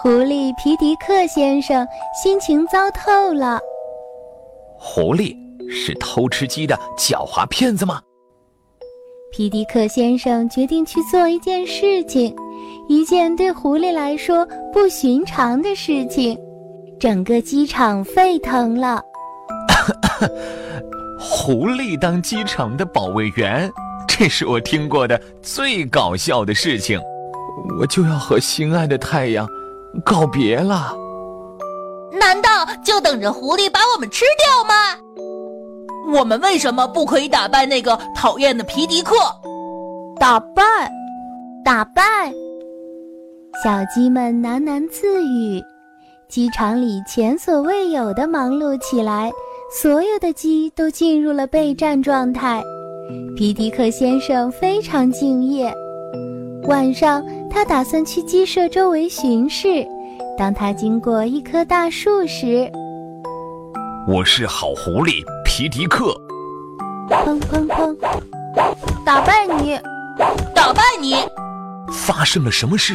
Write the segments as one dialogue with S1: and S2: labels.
S1: 狐狸皮迪克先生心情糟透了。
S2: 狐狸是偷吃鸡的狡猾骗子吗？
S1: 皮迪克先生决定去做一件事情，一件对狐狸来说不寻常的事情。整个机场沸腾了。
S2: 狐狸当机场的保卫员，这是我听过的最搞笑的事情。我就要和心爱的太阳告别了。
S3: 难道就等着狐狸把我们吃掉吗？我们为什么不可以打败那个讨厌的皮迪克？
S1: 打败，打败！小鸡们喃喃自语。机场里前所未有的忙碌起来，所有的鸡都进入了备战状态。皮迪克先生非常敬业。晚上，他打算去鸡舍周围巡视。当他经过一棵大树时，
S2: 我是好狐狸皮迪克，
S1: 砰砰砰！打败你！
S3: 打败你！
S2: 发生了什么事？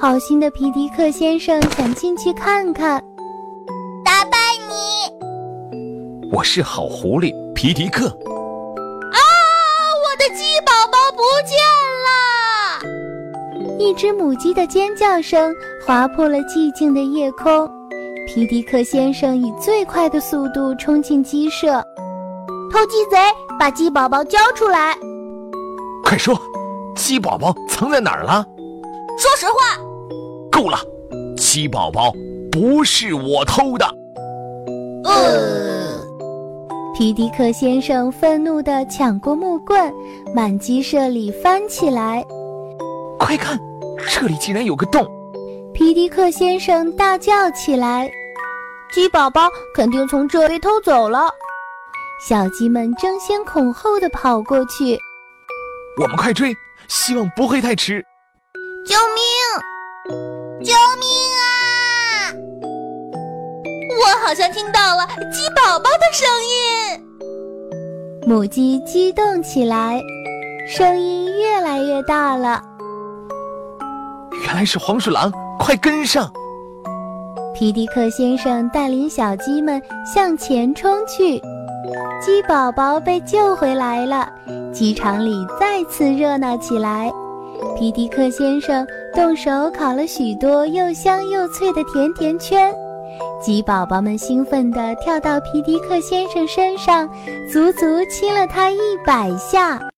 S1: 好心的皮迪克先生想进去看看。
S4: 打败你！
S2: 我是好狐狸皮迪克，
S3: 啊，我的鸡宝宝不见了！
S1: 一只母鸡的尖叫声划破了寂静的夜空。皮迪克先生以最快的速度冲进鸡舍。
S4: 偷鸡贼，把鸡宝宝交出来！
S2: 快说，鸡宝宝藏在哪儿了？
S3: 说实话，
S2: 够了，鸡宝宝不是我偷的。
S3: 呃，
S1: 皮迪克先生愤怒地抢过木棍，满鸡舍里翻起来。
S2: 快看，这里竟然有个洞！
S1: 皮迪克先生大叫起来：“
S4: 鸡宝宝肯定从这里偷走了。
S1: 小鸡们争先恐后地跑过去。
S2: 我们快追，希望不会太迟。
S4: 救命！救命
S3: 我好像听到了鸡宝宝的声音。”
S1: 母鸡激动起来，声音越来越大了。
S2: 原来是黄鼠狼，快跟上！
S1: 皮迪克先生带领小鸡们向前冲去，鸡宝宝被救回来了，机场里再次热闹起来。皮迪克先生动手烤了许多又香又脆的甜甜圈，鸡宝宝们兴奋地跳到皮迪克先生身上，足足亲了他一百下。